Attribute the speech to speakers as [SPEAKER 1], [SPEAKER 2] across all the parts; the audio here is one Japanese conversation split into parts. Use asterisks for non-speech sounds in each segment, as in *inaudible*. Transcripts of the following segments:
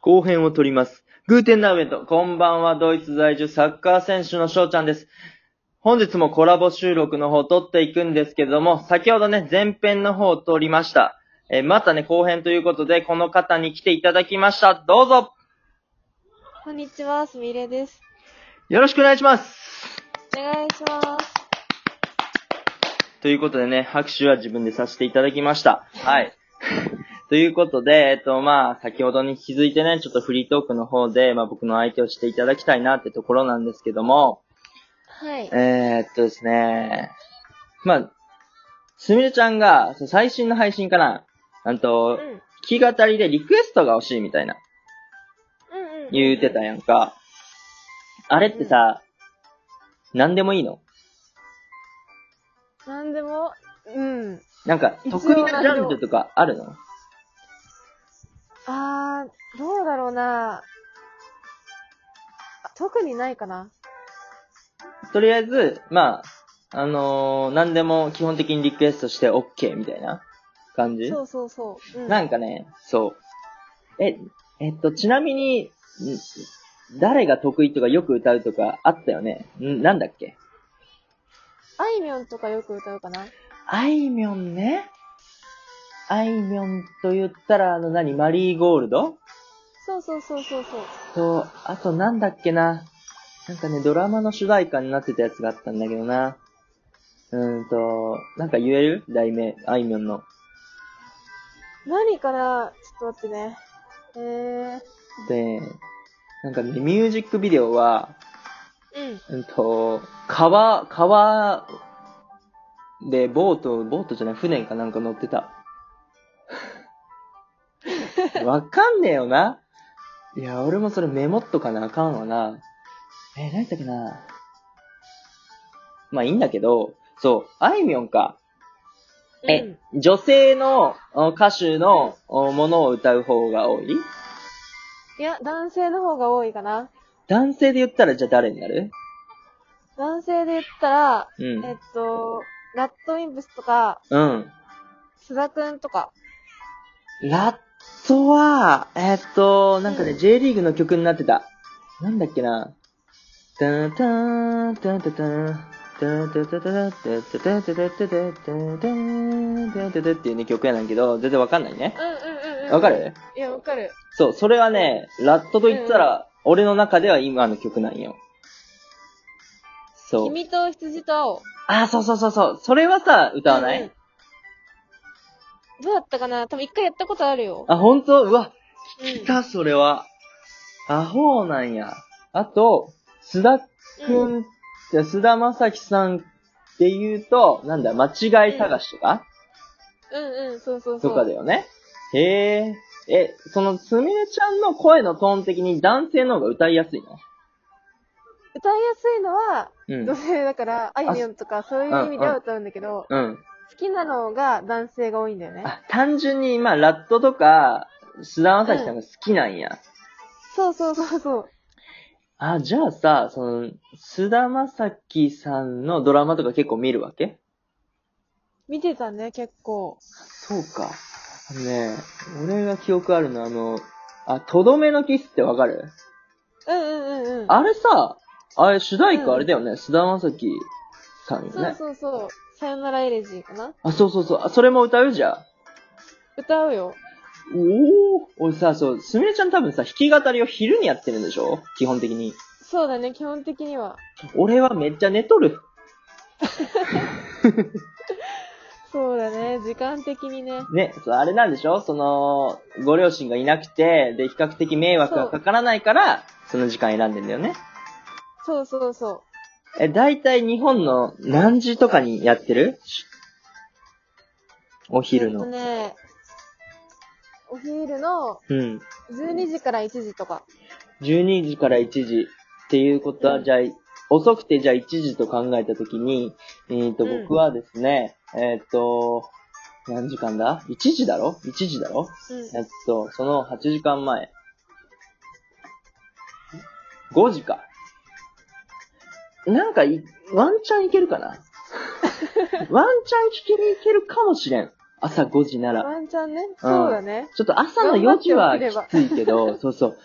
[SPEAKER 1] 後編を取ります。
[SPEAKER 2] グーテンナーベント、こんばんは、ドイツ在住サッカー選手の翔ちゃんです。本日もコラボ収録の方を撮っていくんですけども、先ほどね、前編の方を撮りました。えーまたね、後編ということで、この方に来ていただきました。どうぞ
[SPEAKER 3] こんにちは、すみれです。
[SPEAKER 2] よろしくお願いします
[SPEAKER 3] お願いします。
[SPEAKER 2] ということでね、拍手は自分でさせていただきました。はい。 *laughs* ということで、えっと、まあ、先ほどに気づいてね、ちょっとフリートークの方で、まあ僕の相手をしていただきたいなってところなんですけども、
[SPEAKER 3] はい。
[SPEAKER 2] えー、っとですね。まあ、すみれちゃんが、そう最新の配信かな。なん
[SPEAKER 3] うん。
[SPEAKER 2] と、
[SPEAKER 3] うん
[SPEAKER 2] 弾き語りでリクエストが欲しいみたいな、
[SPEAKER 3] うんうん。
[SPEAKER 2] 言うてたやんか。あれってさ、なんでもいいの
[SPEAKER 3] なんでも、うん。
[SPEAKER 2] なんか、
[SPEAKER 3] 一応
[SPEAKER 2] 得意なジャンルとかあるの
[SPEAKER 3] あー、どうだろうな。特にないかな。
[SPEAKER 2] とりあえず、まあ、あのー、なんでも基本的にリクエストして OK みたいな感じ
[SPEAKER 3] そうそうそう。うん、
[SPEAKER 2] なんかね、そう。え、えっと、ちなみに、ん誰が得意とかよく歌うとかあったよね。んなんだっけ
[SPEAKER 3] あいみょんとかよく歌うかな。
[SPEAKER 2] あいみょんね。あいみょんと言ったら、あの何、マリーゴールド
[SPEAKER 3] そうそうそうそうそう。
[SPEAKER 2] と、あとなんだっけな。なんかね、ドラマの主題歌になってたやつがあったんだけどな。うーんと、なんか言える題名、あいみょんの。
[SPEAKER 3] 何かなちょっと待ってね。え
[SPEAKER 2] で、なんかね、ミュージックビデオは、
[SPEAKER 3] ー。
[SPEAKER 2] うんと、川、川でボート、ボートじゃない、船かなんか乗ってた。
[SPEAKER 3] *laughs*
[SPEAKER 2] わかんねえよな。いや、俺もそれメモっとかなあかんわな。えー、何だっけな。まあいいんだけど、そう、あいみょんか。
[SPEAKER 3] うん。
[SPEAKER 2] え
[SPEAKER 3] うん
[SPEAKER 2] 女性のお歌手のおものを歌う方が多い
[SPEAKER 3] いや、男性の方が多いかな。
[SPEAKER 2] 男性で言ったらじゃあ誰になる
[SPEAKER 3] 男性で言ったら、
[SPEAKER 2] う
[SPEAKER 3] えっ
[SPEAKER 2] ん。
[SPEAKER 3] と、ラッドウィンプスとか、
[SPEAKER 2] うん。
[SPEAKER 3] 須田くんとか。
[SPEAKER 2] ラットは、えーっと、なんかね、
[SPEAKER 3] うん
[SPEAKER 2] J リーグの曲になってた。なんだっけな。タンタン、タンタタン、タンタタタタタタタタタタタタタタタっていうね、曲やなんけど、全然わかんないね
[SPEAKER 3] う。んうんうんうん。
[SPEAKER 2] わかる
[SPEAKER 3] いや、わかる。
[SPEAKER 2] そう、それはね、ラットと言ったら、俺の中では今の曲なんよ。そう。
[SPEAKER 3] 君と羊と青。
[SPEAKER 2] あ、そうそうそうそう。それはさ、歌わな
[SPEAKER 3] うんう
[SPEAKER 2] い
[SPEAKER 3] んどうだったかな多分一回やったことあるよ。
[SPEAKER 2] あ、ほんとうわ、
[SPEAKER 3] うん、
[SPEAKER 2] 来た、それは。アホなんや。あと、須田く
[SPEAKER 3] うん。
[SPEAKER 2] ん、じゃあ須田まさきさんって言うと、なんだ、間違い探しとか、
[SPEAKER 3] うんうん、そうそうそう。
[SPEAKER 2] とかだ。よね。へえ。え、そのすみれちゃんの声のトーン的に男性の方が歌いやすいの
[SPEAKER 3] 歌いやすいのは、
[SPEAKER 2] うん
[SPEAKER 3] 女。性だから、あいみょんとかそういう意味では歌うんだけど、
[SPEAKER 2] うん。
[SPEAKER 3] 好きなのが男性が多いんだよね。
[SPEAKER 2] あ、単純に、まあ、ラットとか、須田まさきさんが好きなんや。
[SPEAKER 3] そうそうそうそう。
[SPEAKER 2] あ、じゃあさ、その、須田まさきさんのドラマとか結構見るわけ
[SPEAKER 3] 見てたね、結構。
[SPEAKER 2] そうか。あのね、俺が記憶あるのは、あの、あ、とどめのキスってわかる
[SPEAKER 3] うんうんうんうん。
[SPEAKER 2] あれさ、あれ、主題歌
[SPEAKER 3] うん
[SPEAKER 2] あれだよね、菅田将暉さんよ
[SPEAKER 3] そう
[SPEAKER 2] ね。
[SPEAKER 3] そうそう。さよならエレジーかな
[SPEAKER 2] あ、そうそうそう。あ、それも歌うじゃん。
[SPEAKER 3] 歌うよ。
[SPEAKER 2] おお俺さ、そう、すみれちゃん多分さ、弾き語りを昼にやってるんでしょ基本的に。
[SPEAKER 3] そうだね、基本的には。
[SPEAKER 2] 俺はめっちゃ寝とる。
[SPEAKER 3] そうだね、時間的にね。
[SPEAKER 2] ね、そう、あれなんでしょその、ご両親がいなくて、で、比較的迷惑がかからないから、その時間選んでんだよね。
[SPEAKER 3] そうそうそ
[SPEAKER 2] え、大体日本の何時とかにやってるお
[SPEAKER 3] う。
[SPEAKER 2] 昼
[SPEAKER 3] えっと
[SPEAKER 2] の。
[SPEAKER 3] ね、お昼の
[SPEAKER 2] うん。
[SPEAKER 3] 12時から1時とか。
[SPEAKER 2] 12時から1時っていうことは、
[SPEAKER 3] うん
[SPEAKER 2] じゃあ、遅くてじゃあ1時と考えたときに、えっ、と、
[SPEAKER 3] うん
[SPEAKER 2] 僕はですね、えっ、と、何時間だ ?1 時だろ ?1 時だろ
[SPEAKER 3] うん。
[SPEAKER 2] えっと、その8時間前。5時か。なん
[SPEAKER 3] *laughs*
[SPEAKER 2] かい、ワンチャンいけるかなワンチャン聞きにいけるかもしれん。朝5時なら。
[SPEAKER 3] ワンチャンね。そうだね。
[SPEAKER 2] ちょっと朝の4時はきついけ
[SPEAKER 3] *laughs*
[SPEAKER 2] ど、そうそう。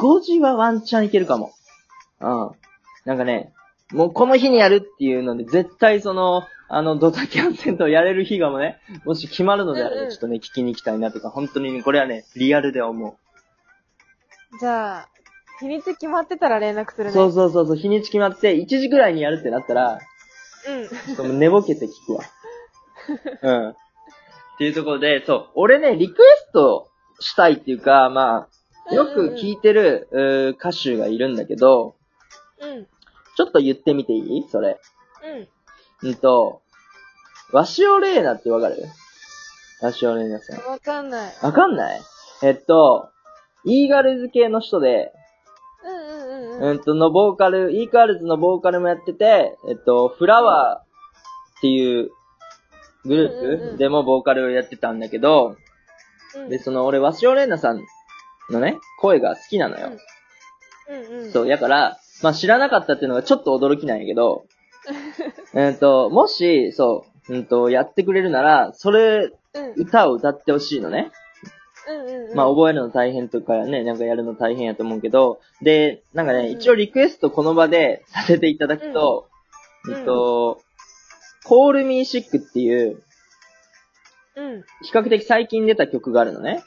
[SPEAKER 2] 5時はワンチャンいけるかも。うん。なんかね、もうこの日にやるっていうので、絶対その、あの、ドタキャンセントをやれる日がもね、もし決まるのであれ
[SPEAKER 3] うんう
[SPEAKER 2] ば、
[SPEAKER 3] ん
[SPEAKER 2] ちょっとね、聞きに行きたいなとか、本当にねこれはね、リアルで思
[SPEAKER 3] じゃあ、日にち決まってたら連絡す
[SPEAKER 2] う。
[SPEAKER 3] るね。
[SPEAKER 2] そうそうそうそう、日にち決まって、1時くらいにやるってなったら、
[SPEAKER 3] うん。
[SPEAKER 2] ちょっともう寝ぼけて聞
[SPEAKER 3] *laughs*
[SPEAKER 2] くわ。うん。っていうところで、そう、俺ね、リクエストしたいっていうか、まあ、よく聞いてる、うー歌手がいるんだけど、
[SPEAKER 3] うん。うん。
[SPEAKER 2] ちょっと言ってみていいそれ。
[SPEAKER 3] うん。
[SPEAKER 2] うんと、ワシオレーナってわかるワシオレーナさん。
[SPEAKER 3] わかんない。
[SPEAKER 2] わかんないえっと、イーガルズ系の人で、
[SPEAKER 3] うんうんうんうん。
[SPEAKER 2] うんと、のボーカル、イーガルズのボーカルもやってて、えっと、フラワーっていうグル
[SPEAKER 3] うんうんう
[SPEAKER 2] ープ
[SPEAKER 3] ん
[SPEAKER 2] でもボーカルをやってたんだけど、
[SPEAKER 3] うん
[SPEAKER 2] で、その、俺、ワシオレーナさんのね、声が好きなのよ。
[SPEAKER 3] うんうん。
[SPEAKER 2] そう、やから、まあ知らなかったっていうのがちょっと驚きなんやけ
[SPEAKER 3] *laughs*
[SPEAKER 2] ど、うんと、もし、そう、うんと、やってくれるなら、それ、
[SPEAKER 3] うん。うん
[SPEAKER 2] 歌を歌ってほしいのね。
[SPEAKER 3] うんうん。
[SPEAKER 2] まあ覚えるの大変とかね、なんかやるの大変やと思うけど、で、なんかね、
[SPEAKER 3] うん
[SPEAKER 2] 一応リクエストこの場で *laughs* させていただくと、
[SPEAKER 3] うん
[SPEAKER 2] うんと、コールミーシックっていう、
[SPEAKER 3] うん。
[SPEAKER 2] 比較的最近出た曲があるのね。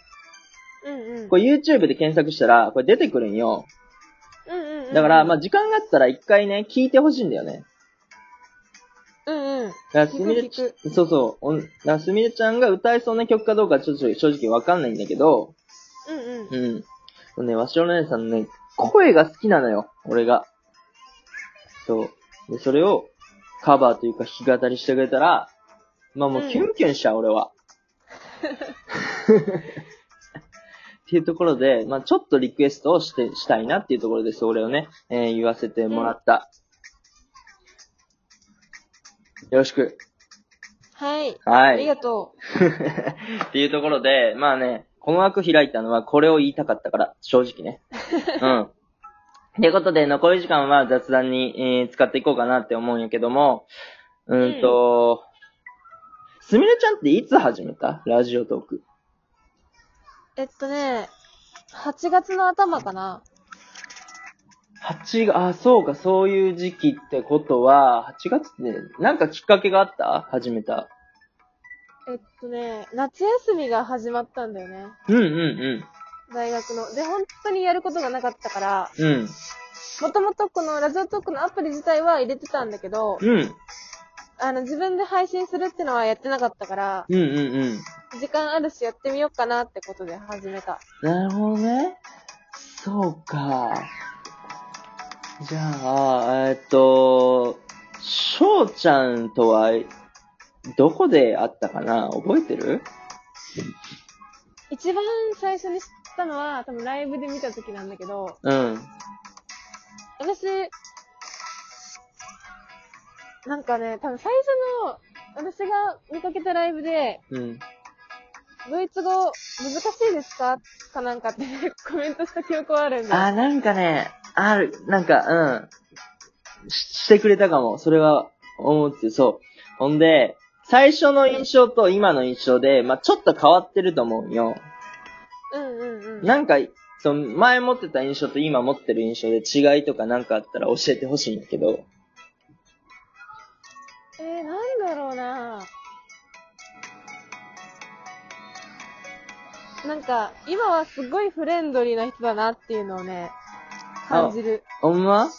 [SPEAKER 3] うんうん。
[SPEAKER 2] これ YouTube で検索したら、これ出てくるんよ。
[SPEAKER 3] うんうんうん。
[SPEAKER 2] だから、まあ時間があったら一回ね、聞いてほしいんだよね。
[SPEAKER 3] うんうん。
[SPEAKER 2] だからすみれ
[SPEAKER 3] 聞く
[SPEAKER 2] そうそう。おんだからすみれちゃんが歌えそうな曲かどうかちょっと正直わかんないんだけど、
[SPEAKER 3] うんうん。
[SPEAKER 2] うん。そうね、わしお姉さんのね、声が好きなのよ、俺が。そう。で、それをカバーというか弾き語りしてくれたら、まあもううんキュンキュンしちゃう、俺 *laughs* は。っていうところで、まあちょっとリクエストをして、したいなっていうところです、俺をね、えー言わせてもらった。よろしく。
[SPEAKER 3] はい。
[SPEAKER 2] は
[SPEAKER 3] あ
[SPEAKER 2] い。
[SPEAKER 3] りがと
[SPEAKER 2] っていうところで、まあね、この枠開いたのはこれを言いたかったから、正直 *laughs* ね。うん。ってことで、残り時間は雑談に、えー使っていこうかなって思うんやけども、うーんと、すみれちゃんっていつ始めたラジオトーク。
[SPEAKER 3] う。えっとね、8月の頭かな。
[SPEAKER 2] 8が、あ、そうか、そういう時期ってことは、8月って、なんかきっかけがあった始めた。
[SPEAKER 3] えっとね、夏休みが始まったんだよね。
[SPEAKER 2] うんうん
[SPEAKER 3] 大学の。で、本当にやることがなかったから、
[SPEAKER 2] うん。うん。
[SPEAKER 3] もともとこのラジオトークのアプリ自体は入れてたんだけど、
[SPEAKER 2] うん。
[SPEAKER 3] あの、自分で配信するってのはやってなかったから、
[SPEAKER 2] うんうんうん。
[SPEAKER 3] 時間あるしやってみようかなってことで始めた。
[SPEAKER 2] なるほどね。そうか。じゃあ、えっと、しょうちゃんとは、どこで会ったかな覚えてる
[SPEAKER 3] 一番最初に知ったのは、多分ライブで見た時なんだけど、
[SPEAKER 2] うん。
[SPEAKER 3] 私、なんかね、多分最初の、私が見かけたライブで、
[SPEAKER 2] うん。
[SPEAKER 3] ドイツ語難しいですかかなんかってコメントした記憶はあるんだ
[SPEAKER 2] あ、
[SPEAKER 3] よ。
[SPEAKER 2] なんかね、ある、なんか、うん。ししてくれたかも。それは、思って、そう。ほんで、最初の印象と今の印象で、まあ、ちょっと変わってると思うよ。
[SPEAKER 3] うんうんうん。
[SPEAKER 2] なんか、その前持ってた印象と今持ってる印象で違いとかなんかあったら教えてほしいんだけど。
[SPEAKER 3] えー、なんだろうななんか、今はすごいフレンドリーな人だなっていうのをね、感じる。
[SPEAKER 2] ほんま
[SPEAKER 3] うん。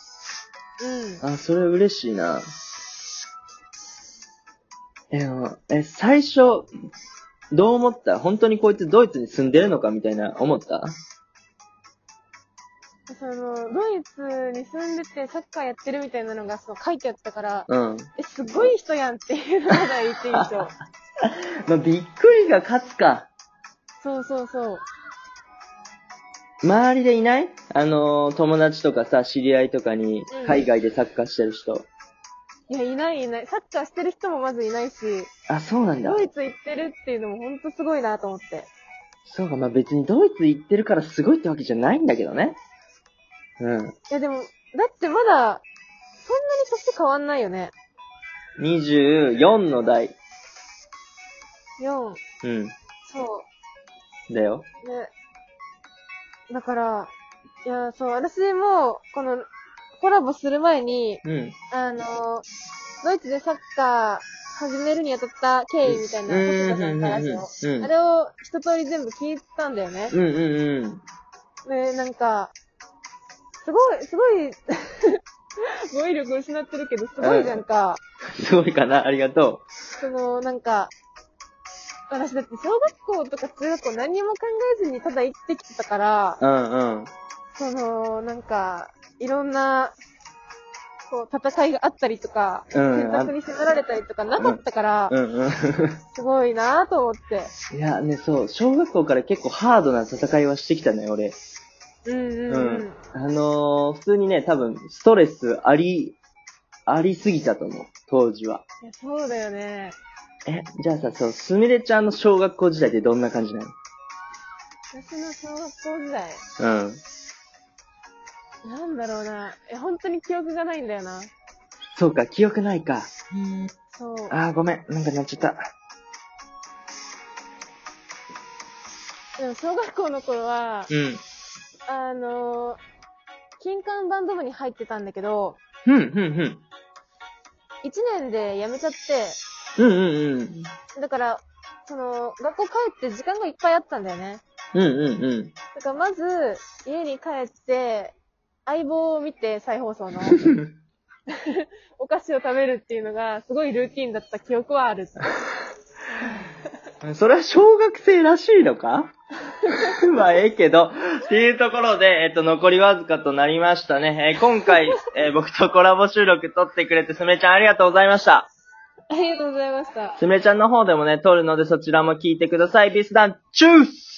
[SPEAKER 2] あ、それ嬉しいな。え、あのえ、最初、どう思った本当にこいつドイツに住んでるのかみたいな思った
[SPEAKER 3] その、ドイツに住んでてサッカーやってるみたいなのがその書いてあったから、
[SPEAKER 2] うん。
[SPEAKER 3] え、すごい人やんっていうのが第一印象。
[SPEAKER 2] まあ、びっくりが勝つか。
[SPEAKER 3] そうそうそう。
[SPEAKER 2] 周りでいないあのー友達とかさ、知り合いとかに
[SPEAKER 3] う、ん
[SPEAKER 2] 海外でサッカーしてる人。
[SPEAKER 3] いや、いないいない。サッカーしてる人もまずいないし、
[SPEAKER 2] あ、そうなんだ
[SPEAKER 3] ド。イツ行ってるっていうのもほんとすごいなと思って。
[SPEAKER 2] そうか、まあ、別にドイツ行ってるからすごいってわけじゃないんだけどね。うん。
[SPEAKER 3] いや、でも、だってまだ、そんなに年変わんないよね。
[SPEAKER 2] 24の代。
[SPEAKER 3] 4、
[SPEAKER 2] うん。
[SPEAKER 3] そ
[SPEAKER 2] だよ。
[SPEAKER 3] う。ね。だから、いや、そう、私も、この、コラボする前に、
[SPEAKER 2] うん。
[SPEAKER 3] あの、ドイツでサッカー始めるにあたった経緯みたいな、
[SPEAKER 2] うん
[SPEAKER 3] ちょっとなんか話を
[SPEAKER 2] うんうん
[SPEAKER 3] あれを一通り全部聞いたんだよね。
[SPEAKER 2] うんうんうん。
[SPEAKER 3] で、なんか、すごい、すごい、 *laughs* 語彙力失ってるけど、すごいなんか、
[SPEAKER 2] すごいかなありがと
[SPEAKER 3] その、なんか、私だって小学校とか中学校何にも考えずにただ生きてきてたから、
[SPEAKER 2] う。うんうん。
[SPEAKER 3] その、なんか、いろんな、こう、戦いがあったりとか、
[SPEAKER 2] うん
[SPEAKER 3] 選択に迫られたりとかなかったから、
[SPEAKER 2] うんうん。
[SPEAKER 3] すごいなぁと思って。
[SPEAKER 2] いやね、そう、小学校から結構ハードな戦いはしてきたね、俺。
[SPEAKER 3] うん
[SPEAKER 2] う
[SPEAKER 3] うんうん
[SPEAKER 2] ん。あのー、普通にね、多分、ストレスあり、ありすぎたと思う、当時は。
[SPEAKER 3] いやそうだよね。
[SPEAKER 2] え、じゃあさ、そう、すみれちゃんの小学校時代ってどんな感じな
[SPEAKER 3] 私の小学校時代、
[SPEAKER 2] のうん。
[SPEAKER 3] なんだろうな。え、本当に記憶がないんだよな。
[SPEAKER 2] そうか、記憶ないか。
[SPEAKER 3] そう。
[SPEAKER 2] あー、ごめん、なんかなっちゃった。
[SPEAKER 3] でも小学校の頃は、
[SPEAKER 2] うん。
[SPEAKER 3] あのー、金管バンド部に入ってたんだけど、
[SPEAKER 2] うん、うん、
[SPEAKER 3] 1年で辞めちゃって、
[SPEAKER 2] うん。うん、うん、うん。
[SPEAKER 3] だから、その、学校帰って時間がいっぱいあったんだよね。
[SPEAKER 2] うん、うん、うん。
[SPEAKER 3] だからまず、家に帰って、相棒を見て、再放送の、お菓子を食べるっていうのが、すごいルーティンだった記憶 *laughs* はある。
[SPEAKER 2] それは小学生らしいのか *laughs* まあ、ええけど。っていうところで、えっと、残りわずかとなりましたね。えー今回、 *laughs* えー僕とコラボ収録撮ってくれて、すみれちゃんありがとうございました。
[SPEAKER 3] ありがとうございました。
[SPEAKER 2] すみれちゃんの方でもね、撮るので、そちらも聞いてください。ビスダン、チュース